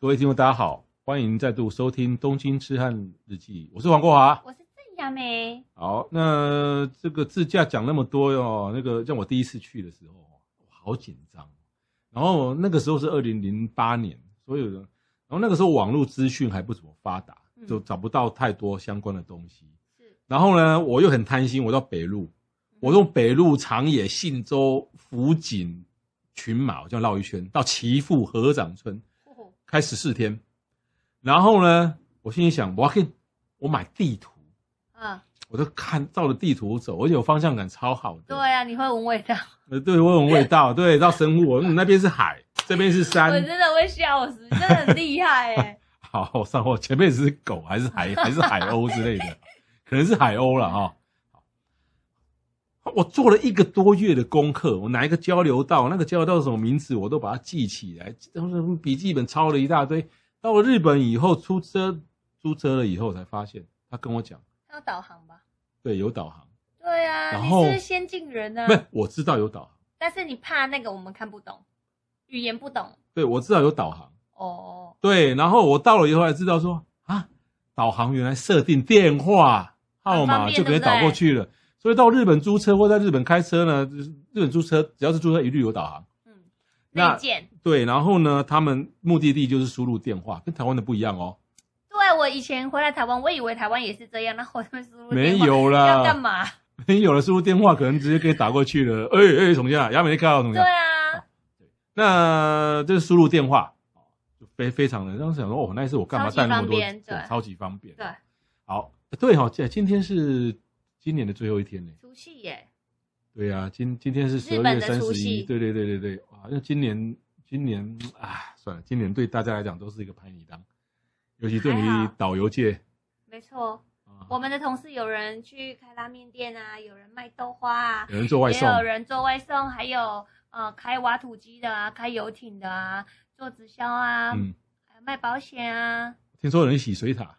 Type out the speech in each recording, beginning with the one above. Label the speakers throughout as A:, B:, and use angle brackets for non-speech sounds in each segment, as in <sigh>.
A: 各位听众，大家好，欢迎再度收听《东京痴汉日记》，我是黄国华。
B: 我是欸郑雅梅，
A: 好，那这个自驾讲那么多哦哟，那个像我第一次去的时候，我好紧张。然后那个时候是二零零八年，所有的，然后那个时候网络资讯还不怎么发达，
B: 嗯
A: 就找不到太多相关的东西。
B: 是嗯
A: 然后呢，我又很贪心，我到北路，我用北路、长野、信州、福井、群马，我这样绕一圈，到岐阜合掌村，
B: 哦
A: 开始四天。然后呢，我心里想，我要跟我买地图，
B: 啊，
A: 我都看照着地图走，而且我方向感超好的。
B: 对啊，你会闻味道，
A: 呃，对我有味道， <laughs> 对，到神户，我们那边是海，这边是
B: 我
A: 山。
B: 真的会笑死，真的很厉害
A: <laughs>
B: 哎、
A: 好，我上货前面只是狗还是海 <laughs> 还是海鸥之类的，可能是海鸥了哈。好我做了一个多月的功课，我哪一个交流道，那个交流道是什么名字，我都把它记起来，然后笔记本抄了一大堆。到了日本以后，出车租车了以后，才发现他跟我讲，
B: 要导航吧？
A: 对，有导航，
B: 对啊，
A: 然
B: 你
A: 后
B: 是先进人呢、
A: 不是，我知道有导航，
B: 但是你怕那个我们看不懂，语言不懂
A: 对我知道有导航。
B: 哦，
A: 对，然后我到了以后才知道说啊，导航原来设定电话号码
B: 很方便
A: 就可以导过去了。所以到日本租车或在日本开车呢，就是日本租车只要是租车一律有导航。
B: 嗯，
A: 那
B: 内建。
A: 对，然后呢，他们目的地就是输入电话，跟台湾的不一样哦，
B: 对，啊我以前回来台湾，我以为台湾也是这样，然后我他们输入
A: 没
B: 电话
A: 有啊
B: 要干
A: 啦，
B: 嘛？
A: 没有了，输入电话可能直接给你打过去了。哎哎，怎么样？亚美利卡怎么
B: 对
A: 样？
B: 啊，
A: 那这是输入电话，就非非常的，当时想说，哦，那一次我干嘛
B: 超级
A: 带那么多
B: 方便对
A: 超级方便。
B: 对，
A: 好，对哈、哦，今今天是今年的最后一天呢。
B: 除夕耶，
A: 对啊，今今天是十
B: 日
A: 二
B: 本
A: 月
B: 的
A: 三
B: 除
A: 十一，
B: 夕
A: 对对对对对，哇，那今年今年啊，算了，今年对大家来讲都是一个拍泥当，尤其对
B: 还
A: 于
B: 好
A: 导游界
B: 没错。
A: 啊，
B: 我们的同事有人去开拉面店啊，有人卖豆花啊，
A: 有人做外
B: 也
A: 送，
B: 有人做外送，还有呃开挖土机的啊，开游艇的啊，做直销啊，
A: 嗯，
B: 还有卖保险啊，
A: 听说有人洗水塔，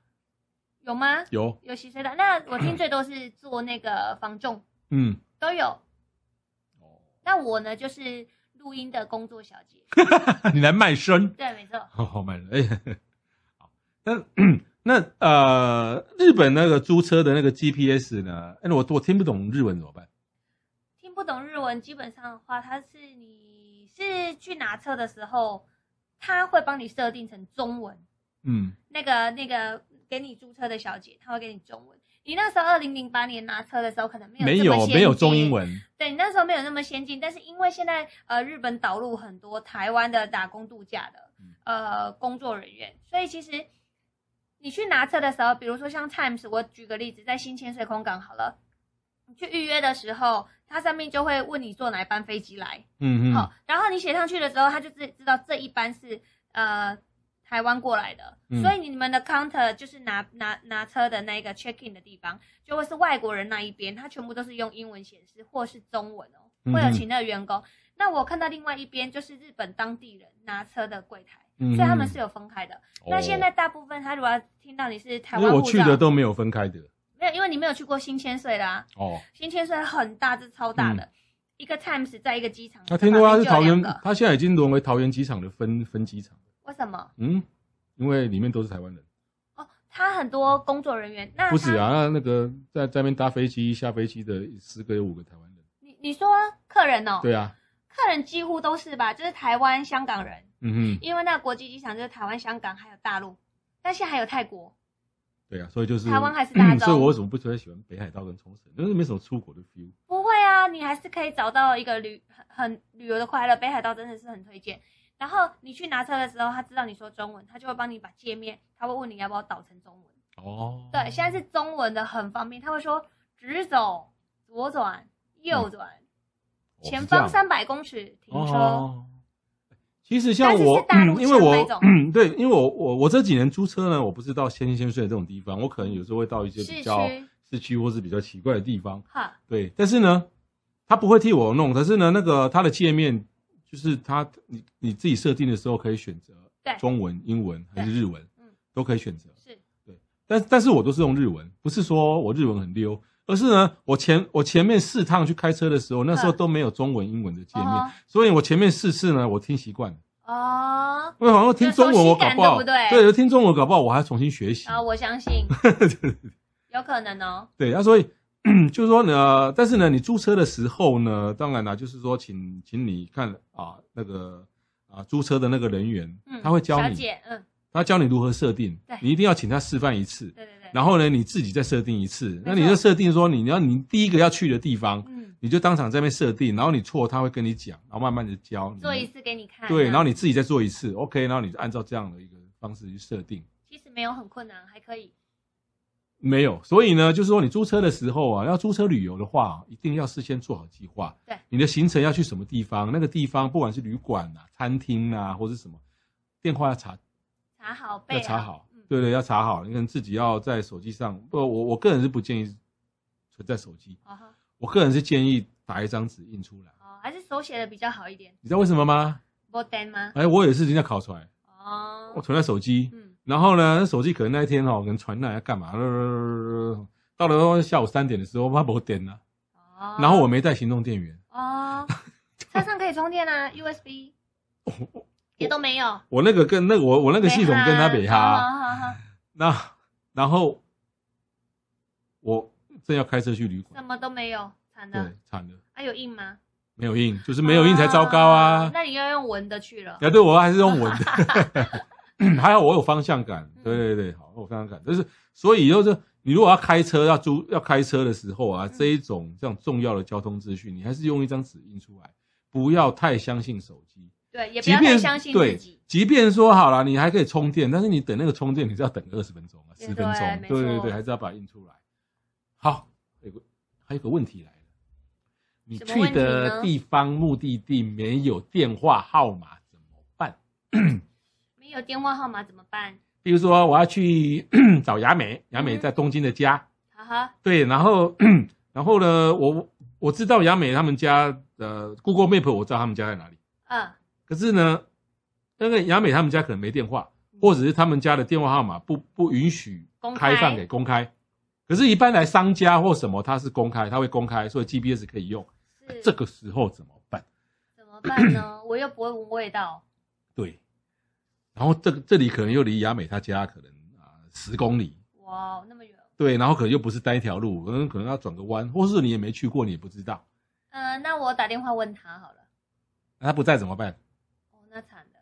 B: 有吗？
A: 有，
B: 有洗水的？那我听最多是做那个房仲，
A: 嗯， <laughs>
B: 都有。
A: 哦，
B: 那我呢，就是录音的工作小姐。
A: 你来卖身，
B: 对，没错。
A: 好好卖身，哎，好，那那呃，日本那个租车的那个 GPS 呢？哎，我我听不懂日文怎么办？
B: 听不懂日文，基本上的话，它是你是去拿车的时候，它会帮你设定成中文。
A: 嗯，
B: 那个那个给你租车的小姐，她会给你中文。你那时候二零零八年拿车的时候，可能没有
A: 没
B: 这么
A: 有
B: 先
A: 没有
B: 进
A: 中英，文，
B: 对你那时候没有那么先进。但是因为现在呃日本导入很多台湾的打工度假的
A: 嗯
B: 呃工作人员，所以其实你去拿车的时候，比如说像 Times，我举个例子，在新千岁空港好了，你去预约的时候，它上面就会问你坐哪一班飞机来。
A: 嗯嗯
B: 好，然后你写上去的时候，他就知知道这一班是呃台湾过来的，
A: 嗯
B: 所以你们的 counter 就是拿拿拿车的那个 check in 的地方，就会是外国人那一边，他全部都是用英文显示或是中文哦，
A: 嗯
B: 会有请那个员工。那我看到另外一边就是日本当地人拿车的柜台，
A: 嗯，
B: 所以他们是有分开的。那现在
A: 哦
B: 大部分他如果要听到你是台
A: 因为
B: 湾
A: 我
B: 护
A: 去的
B: 照，
A: 都没有分开的。
B: 没有，因为你没有去过新千岁啦、
A: 哦，
B: 新千岁很大，这超大的。一个 Times 在一个机场，
A: 他嗯听说他是
B: 旁
A: 桃
B: 边就有
A: 园
B: 两，个
A: 他现在已经沦为桃园机场的分分机场。
B: 为什么？
A: 嗯，因为里面都是台湾人，
B: 哦，他很多工作人员，那
A: 不止
B: 他，
A: 啊，那那个在在那边搭飞机、下飞机的十个有五个台湾人。
B: 你你说客人哦，
A: 对啊，
B: 客人几乎都是吧，就是台湾、香港人，
A: 嗯哼，
B: 因为那国际机场就是台湾、香港还有大陆，但现在还有泰国，
A: 对啊，所以就是
B: 台湾还是
A: <clears throat>
B: 大众
A: 所以我为什么不太喜欢北海道跟冲绳？就是没什么出国的 feel。
B: 不会啊，你还是可以找到一个旅很很旅游的快乐，北海道真的是很推荐。然后你去拿车的时候，他知道你说中文，他就会帮你把界面，他会问你要不要导成中文。
A: 哦，
B: 对，现在是中文的很方便，他会说直走、左转、右转，
A: 哦
B: 前方
A: 是这样
B: 哦三百公尺停车。
A: 哦。 <laughs> 其实像
B: 但是
A: 我嗯
B: 是，大陆
A: 因为我
B: 车那
A: 对，因为我我我这几年租车呢，我不是到先先睡这种地方，我可能有时候会到一些
B: 市
A: 比
B: 区
A: 较市区或是比较奇怪的地方。
B: 哈，
A: 对，但是呢，他不会替我弄，可是呢，那个它的界面就是它你你自己设定的时候可以选择
B: 对
A: 中文、英文还是日文，
B: 嗯
A: 都可以选择。
B: 是
A: 但但是我都是用日文，不是说我日文很溜，而是呢，我前我前面四趟去开车的时候，那时候
B: 嗯
A: 都没有中文、英文的界面，
B: 哦
A: 所以我前面四次呢，我听习惯了。
B: 哦，
A: 我好像听中文，我搞不好
B: 有熟悉感对不对
A: 有听中文搞不好我还要重新学习。
B: 啊，我
A: <laughs>
B: 相信有可能哦，
A: 对，那、所以 <coughs> 就是说呢，但是呢，你租车的时候呢，当然啦，就是说请请你看啊那个啊租车的那个人员，
B: 嗯，
A: 他会教
B: 小
A: 你，
B: 姐，嗯，
A: 他教你如何设定
B: 对，
A: 你一定要请他示范一次，
B: 对对对，
A: 然后呢你自己再设定一次，那
B: 没错
A: 你就设定说你要你第一个要去的地方，
B: 嗯，
A: 你就当场在那边设定，然后你错他会跟你讲，然后慢慢的教你，
B: 做一次给你看，
A: 对，
B: 嗯
A: 然后你自己再做一次，OK，然后你就按照这样的一个方式去设定。
B: 其实没有很困难，还可以，
A: 没有，所以呢，就是说你租车的时候啊，要租车旅游的话，一定要事先做好计划。
B: 对
A: 你的行程要去什么地方，那个地方不管是旅馆啊、餐厅啊，或是什么，电话要查
B: 查好背
A: 要查好，
B: 嗯，
A: 对对，要查好。你可能自己要在手机上，不，我我个人是不建议存在手机，
B: 哦好好，
A: 我个人是建议打一张纸印出来。
B: 哦，还是手写的比较好一点，
A: 你知道为什么吗？
B: 波丹吗？
A: 哎，我也是人家考出来，我
B: 哦，
A: 存在手机，
B: 嗯，
A: 然后呢，那手机可能那一天哦，可能传那要干嘛？ <laughs> 呃到了下午三点的时候，它不点了、
B: 哦，
A: 然后我没带行动电源， <laughs>
B: 哦，车上可以充电啊，USB
A: 哦
B: 也都没有，哦
A: 我那个跟那个我我那个系统跟他比哈，
B: 好好好，
A: 那然后我正要开车去旅
B: 什
A: 馆，
B: 么都没有，惨
A: 对
B: 的，，
A: 惨了，
B: 还有印吗？哦
A: 没有印，就是没有印才糟糕啊！
B: 那你要用文的去了，
A: 啊，对我还是用文
B: <laughs>
A: 的，嗯还好我有方向感，
B: 嗯
A: 对对对，好，我有方向感，就是所以就是你如果要开车要租要开车的时候啊，
B: 嗯
A: 这一种这样重要的交通资讯，你还是用一张纸印出来，不要太相信手机。
B: 对，也不
A: 即
B: 要
A: 便
B: 太相信
A: 对
B: 自己，，
A: 即便说好了，你还可以充电，但是你等那个充电，你是要等二十分钟啊，
B: 也
A: 十分钟，对
B: 对
A: 对
B: 没错
A: 对，还是要把它印出来。好，有个还有个问题来了，你
B: 什么问
A: 去
B: 题呢
A: 的地方目的地没有电话号码怎么办？
B: 没有电话号码怎么办？
A: 比如说我要去 <coughs> 找雅美，雅美
B: 嗯
A: 在东京的家，
B: 哈哈，
A: 对，然后 <coughs> 然后呢，我我知道雅美他们家呃，Google Map 我知道他们家在哪里，
B: 嗯，
A: 可是呢，那个雅美他们家可能没电话，或者是他们家的电话号码不不允许
B: 嗯公开
A: 开放给公开。可是，一般来商家或什么，它是公开，它会公开，所以 GPS 可以用。
B: 是
A: 这个时候怎么办？
B: 怎么办呢？我又不会闻味道，
A: 对，然后这个这里可能又离雅美她家可能啊十公里，
B: 哇，那么远。
A: 对，然后可能又不是单一条路，可能可能要转个弯，或是你也没去过，你也不知道。
B: 呃，那我打电话问他好了。
A: 那他不在怎么办？
B: 哦，那惨了，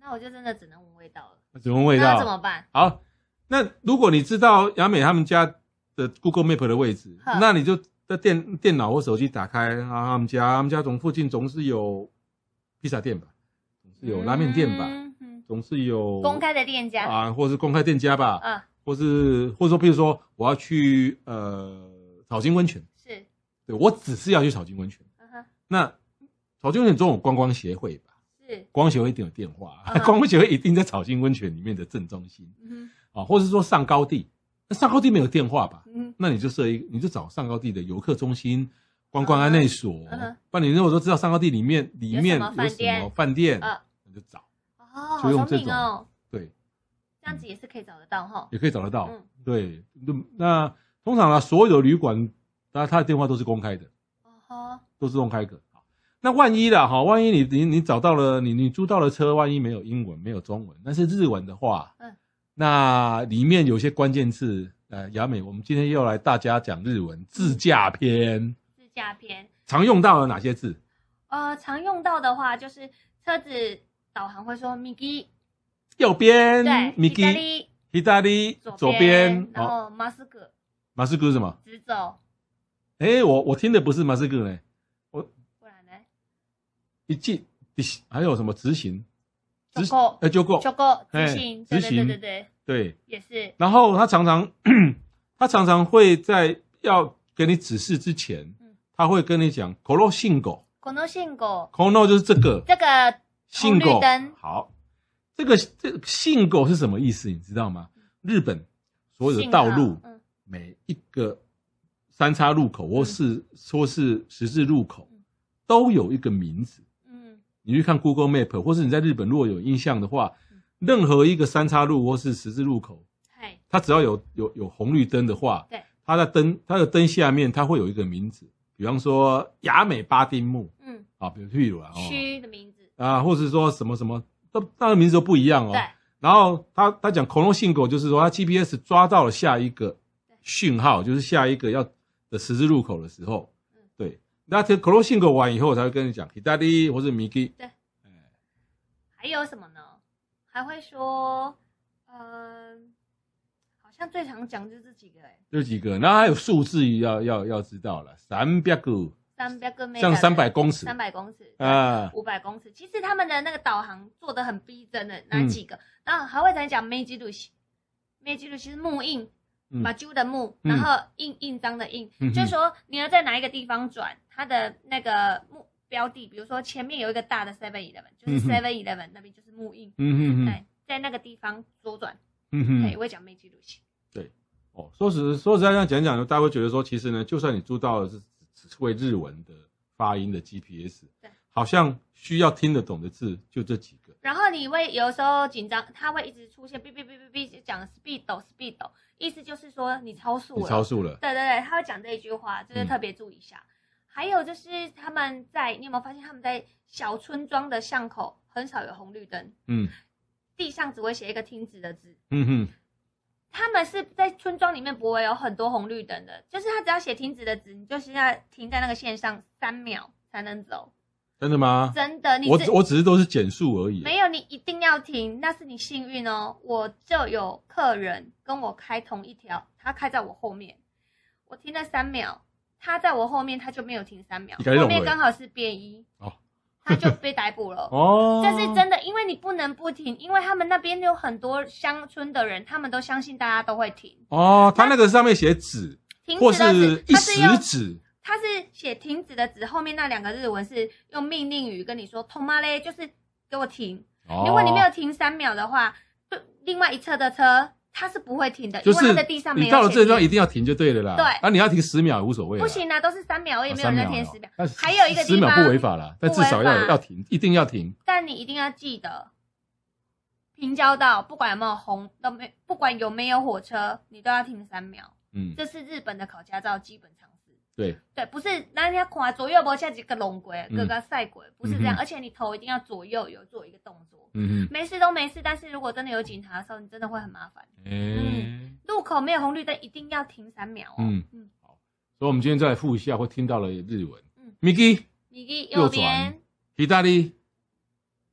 B: 那我就真的只能闻味道了。
A: 什么味
B: 那
A: 道？
B: 要怎么办？
A: 好，那如果你知道雅美他们家的 Google Map 的位置
B: 哼，
A: 那你就在电电脑或手机打开啊，他们家他们家总附近总是有披萨店吧，总是有拉面店吧，
B: 嗯嗯
A: 总是有
B: 公开的店家，
A: 啊，或是公开店家吧，
B: 嗯，
A: 或是或者说，比如说我要去呃草金温泉，
B: 是，
A: 对我只是要去草金温泉，
B: 嗯哼，
A: 那草金温泉总有观光协会吧。
B: 是，
A: 光协会一定有电话， <laughs>
B: 嗯
A: 光协会一定在草金温泉里面的正中心。
B: 嗯
A: 啊，或者是说上高地，那上高地没有电话吧
B: 哼，？嗯
A: 那你就设一，你就找上高地的游客中心、观光安内所
B: 嗯哼，
A: 不然你如果说知道上高地里面里面
B: 有什么
A: 有
B: 饭
A: 什么
B: 店
A: 饭店，
B: 嗯
A: 你就找，
B: 哦，好
A: 就用
B: 聪
A: 这
B: 明哦，
A: 对，
B: 这样子也是可以找得到哈。
A: 也可以找得到。
B: 嗯
A: 对，那那通常呢，所有的旅馆，那他的电话都是公开的，
B: 哦吼，
A: 都是公开的。好那万一啦，哈，万一你你你找到了你你租到了车，万一没有英文没有中文，但是日文的话，
B: 嗯
A: 那里面有些关键字，呃，雅美，我们今天又来大家讲日文自驾篇，
B: 自驾篇，
A: 常用到了哪些字？
B: 呃，常用到的话就是车子导航会说 “migi”，
A: 右边，
B: 对
A: 嗯右
B: “migi”，
A: 左边，左边，哦
B: 然
A: 好，
B: 后 “mask”
A: 马斯克是什么？
B: 直走，
A: 哎，我我听的不是马斯克呢，
B: 不然呢？
A: 一进，还有什么执行？
B: 就够
A: 呃，就够，
B: 就够
A: 哎
B: 执行，
A: 执
B: 对对对
A: 行
B: 对对，
A: 对。
B: 也是，
A: 然后他常 <clears throat> 常他常常会在要给你指示之前，
B: 嗯
A: 他会跟你讲 “koro 信狗
B: この信号
A: ”，“kono” 就是这个，
B: 这个
A: 信狗
B: 红绿灯
A: 好，这个这个信狗是什么意思？你知道吗？日本所有的道路，
B: 信号嗯
A: 每一个三叉路口或是说是十字路口
B: 嗯，
A: 都有一个名字。
B: 嗯
A: 你去看 Google Map，或是你在日本如果有印象的话，
B: 嗯
A: 任何一个三叉路或是十字路口，
B: 嗨
A: 它只要有有有红绿灯的话，
B: 对，
A: 它的灯它的灯下面它会有一个名字，比方说雅美巴丁木
B: 嗯
A: 啊，比如譬如啊，哦
B: 区的名字
A: 啊，或是说什么什么，都它的名字都不一样哦
B: 对。
A: 然后他他讲恐龙信狗，就是说他 GPS 抓到了下一个讯号，就是下一个要的十字路口的时候
B: 嗯，
A: 对，那这恐龙信狗完以后，才会跟你讲 Hidari 或者 Miki，
B: 还有什么呢？还会说嗯、好像最常讲就是这几个哎，
A: 这几个，那还有数字要要要知道了，三百个，
B: 三百个
A: 像三百公尺
B: 三百公尺
A: 啊，
B: 五百公尺，其实他们的那个导航做的很逼真的那几
A: 嗯
B: 个，然后还会再讲 m a g i d u s m a g i d u s 是木印，
A: 嗯
B: 把揪的木，
A: 嗯
B: 然后印印章的印，
A: 嗯哼
B: 就是说你要在哪一个地方转，它的那个目标地，比如说前面有一个大的 Seven Eleven，就是
A: 嗯哼
B: Seven Eleven 那边就是木印，
A: 嗯哼哼，
B: 对，在那个地方左转，
A: 嗯
B: 对，
A: 哼，
B: 我会讲 m a g i d u s
A: 哦，说实说实在这样讲讲呢，大家会觉得说，其实呢，就算你租到的是只只会日文的发音的 GPS，
B: 对
A: 好像需要听得懂的字就这几个，
B: 然后你会有时候紧张，它会一直出现哔哔哔哔哔讲 speed speed，意思就是说你超速
A: 你
B: 了，
A: 超速了。
B: 对对对，他会讲这一句话，就是特别注意一下。还有就是他们在，你有没有发现他们在小村庄的巷口很少有红绿灯，
A: 嗯
B: 地上只会写一个停止的字。
A: 嗯哼，
B: 他们是在村庄里面不会有很多红绿灯的，就是他只要写停止的字，你就是要停在那个线上三秒才能走。
A: 真的吗？
B: 真的，你
A: 我
B: 是
A: 只我只是都是减速而已。啊
B: 没有，你一定要停，那是你幸运哦。我就有客人跟我开同一条，他开在我后面，我停了三秒，他在我后面，他就没有停三秒
A: 你开这，种
B: 后面
A: 人
B: 刚好是便衣，
A: 哦
B: 他就被逮捕了。
A: 哦，
B: 这是真的，因为你不能不停，因为他们那边有很多乡村的人，他们都相信大家都会停，
A: 哦。他那个上面写止，
B: 停
A: 或
B: 止的
A: 是
B: 止，
A: 一
B: 他是用
A: 时止，
B: 他是写停止的止，后面那两个日文是用命令语跟你说“痛妈嘞”，就是给我停，
A: 哦
B: 如果你没有停三秒的话，对另外一侧的车它是不会停的，
A: 就
B: 因为
A: 是
B: 它的地上没有
A: 你到了
B: 写
A: 这地方
B: 停
A: 一定要停就对了啦。
B: 对
A: 啊，你要停十秒也无所谓啦。
B: 不行啊，都是三秒，我也
A: 哦，
B: 没有人
A: 三
B: 在
A: 秒
B: 停
A: 哦
B: 十秒。
A: 那
B: 还有一个
A: 十
B: 地
A: 秒
B: 方
A: 不违法啦，但至少
B: 不违
A: 要
B: 法
A: 要停，一定要停。
B: 但你一定要记得，平交道不管有没有红，都没不管有没有火车，你都要停三秒，
A: 嗯，
B: 这是日本的考驾照基本常识。
A: 对，
B: 对，不是那人家看左右不下几个龙鬼，
A: 嗯
B: 各个赛鬼，不是这样，
A: 嗯哼
B: 而且你头一定要左右有做一个动作。
A: 嗯
B: 没事都没事，但是如果真的有警察的时候，你真的会很麻烦。
A: 哼，哎，
B: 路口没有红绿灯，一定要停三秒哦。
A: 嗯
B: 嗯，
A: 所以我们今天再来复一下，会听到了日文
B: 嗯。
A: Miki
B: 你的
A: 右
B: 右
A: 转
B: 边、
A: 意大利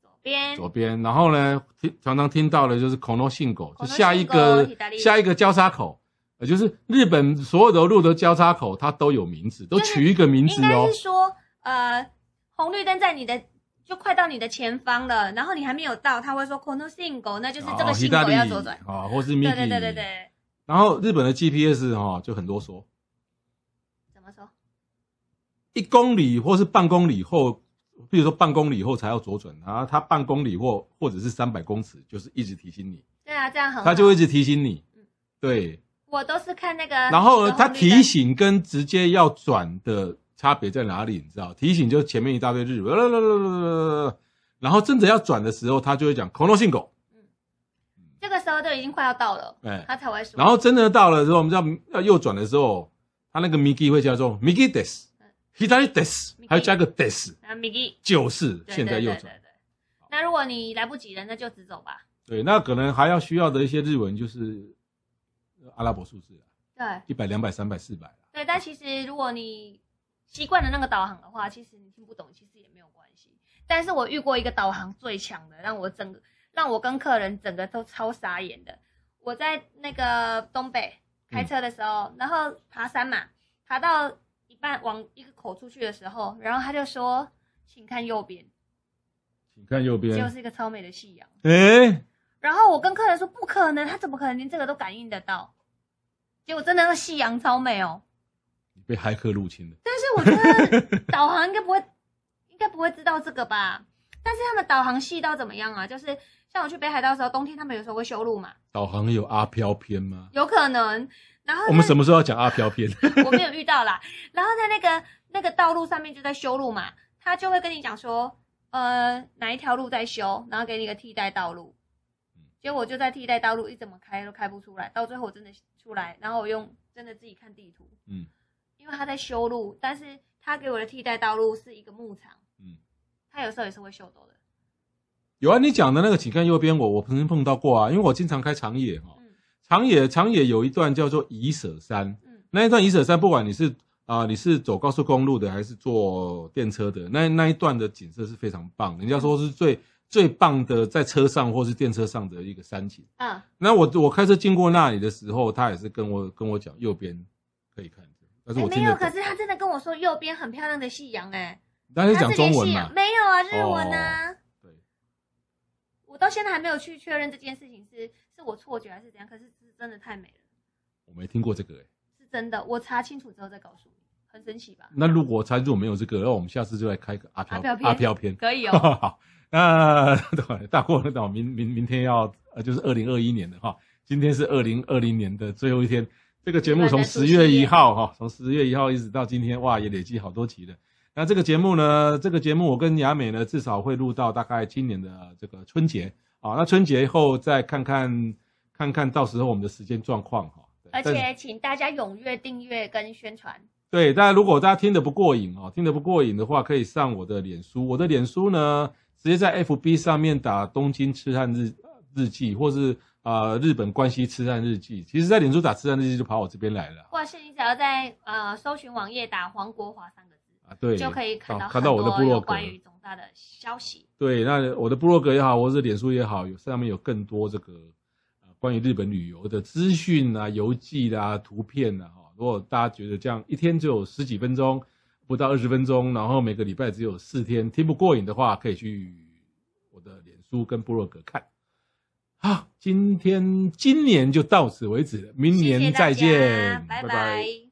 B: 左边、
A: 左边，然后呢，听常常听到的就是 “kono 信狗”，就
B: Kono
A: 下一个
B: Shingo Hidari
A: 下一个交叉口，呃，就是日本所有的路的交叉口，它都有名字，都
B: 就是
A: 取一个名字
B: 应该
A: 哦
B: 是。说，呃，红绿灯在你的就快到你的前方了，然后你还没有到，他会说 “kono 信狗”，那就是这个信狗要左转。
A: 啊，哦或是 Miki。
B: 对对对对。对，
A: 然后日本的 GPS 哈、就很啰嗦，
B: 怎么说？
A: 一公里或是半公里后，比如说半公里后才要左转，然后它半公里或或者是三百公尺，就是一直提醒你，
B: 对啊，这样很好。
A: 它就会一直提醒你
B: 嗯。
A: 对，
B: 我都是看那个。
A: 然后呢，
B: 那个
A: 它
B: 红绿灯
A: 提醒跟直接要转的差别在哪里？你知道？提醒就前面一大堆日呃文，呃然后真的要转的时候，它就会讲 “kono 信狗
B: 这个时候都已经快要到了”，，
A: 哎，
B: 他才会说。
A: 然后真的到了之后，我们知道要右转的时候，它那个 “miki” 会叫做 “miki des”、“hidari
B: 嗯
A: des”，还要加个 “des”，
B: 然后 migi，
A: 就是
B: 对
A: 现在右。
B: 对对
A: 转。
B: 对对那如果你来不及了，那就直走吧。
A: 对，那可能还要需要的一些日文就是呃阿拉伯数字啊，
B: 对
A: 一百、两百、三百、啊四百。
B: 对，但其实如果你习惯了那个导航的话，其实你听不懂，其实也没有关系。但是我遇过一个导航最强的，让我整个让我跟客人整个都超傻眼的。我在那个东北
A: 嗯
B: 开车的时候，然后爬山嘛，爬到一半往一个口出去的时候，然后他就说：“请看右边，
A: 请看右
B: 就
A: 边。
B: 是一个超美的夕阳。
A: 哎，”
B: 然后我跟客人说：“不可能，他怎么可能连这个都感应得到？”结果真的那个夕阳超美哦。
A: 你被骇客入侵了。
B: 但是我觉得导航应该不会，应该不会知道这个吧？但是他们导航细到怎么样啊？就是像我去北海道的时候，冬天他们有时候会修路嘛，
A: 导航有阿飘篇吗？
B: 有可能。然后
A: 我们什么时候要讲阿飘篇？
B: <laughs> 我没有遇到啦。然后在那个那个道路上面就在修路嘛，他就会跟你讲说，呃，哪一条路在修，然后给你一个替代道路
A: 嗯。
B: 结果我就在替代道路一怎么开都开不出来，到最后我真的出来，然后我用真的自己看地图，
A: 嗯，
B: 因为他在修路，但是他给我的替代道路是一个牧场，
A: 嗯，
B: 他有时候也是会修走的，
A: <laughs> 有啊，你讲的那个，请看右边，我我曾经碰到过啊，因为我经常开长野哈、
B: 嗯
A: 长野长野有一段叫做宜舍山，
B: 嗯
A: 那一段宜舍山，不管你是啊、你是走高速公路的还是坐电车的，那那一段的景色是非常棒，人家说是最最棒的，在车上或是电车上的一个山景。
B: 嗯，
A: 那我我开车经过那里的时候，他也是跟我跟我讲右边可以看的，但是
B: 哎
A: 我
B: 没
A: 听
B: 有，
A: 得
B: 可
A: 懂，
B: 是他真的跟我说右边很漂亮的夕阳、哎，
A: 但是
B: 他
A: 讲中
B: 连
A: 文
B: 夕
A: 嘛哦
B: 阳，没有啊，日文啊。
A: 对，
B: 我到现在还没有去确认这件事情是是我错觉还是怎样，可是是真的太美了，
A: 我没听过这个、欸。
B: 是真的。我查清楚之后再告诉你，很神奇吧？
A: 那如果猜如果没有这个，哦那我们下次就来开个阿飘
B: 阿飘篇
A: 阿飘篇。
B: 可以
A: <laughs>
B: 哦。
A: 好，那 <laughs> 对大过了，那我明明明天要呃，就是二零二一年的哈，今天是二零二零年的最后一天。这个节目从
B: 慢慢出
A: 十月
B: 系
A: 一
B: 列
A: 号哈，从十月一号一直到今天，哇，也累积好多集了。那这个节目呢，这个节目我跟雅美呢，至少会录到大概今年的这个春节啊。那春节后再看看看看到时候我们的时间状况哈。对
B: 而
A: 但是
B: 且请大家踊跃订阅跟宣传。
A: 对，大家如果大家听得不过瘾哦，听得不过瘾的话，可以上我的脸书。我的脸书呢，直接在 FB 上面打“东京痴汉日日记”或是呃“日本关西痴汉日记”。其实，在脸书打“痴汉日记”就跑我这边来了
B: 或是你只要在呃搜寻网页打“黄国华”三个字，
A: 啊。对，
B: 就可以看到
A: 看到我的
B: 很
A: 部
B: 多
A: 落
B: 有
A: 格
B: 关于总大的消息。
A: 对，那我的部落格也好，或是脸书也好，有上面有更多这个呃关于日本旅游的资讯啊、游记啦、图片啊。哈，如果大家觉得这样一天只有十几分钟，不到二十分钟，然后每个礼拜只有四天，听不过瘾的话，可以去我的脸书跟部落格看。好，今天今年就到此为止了，明
B: 谢谢
A: 年
B: 大
A: 再
B: 家
A: 见，拜
B: 拜
A: 拜
B: 拜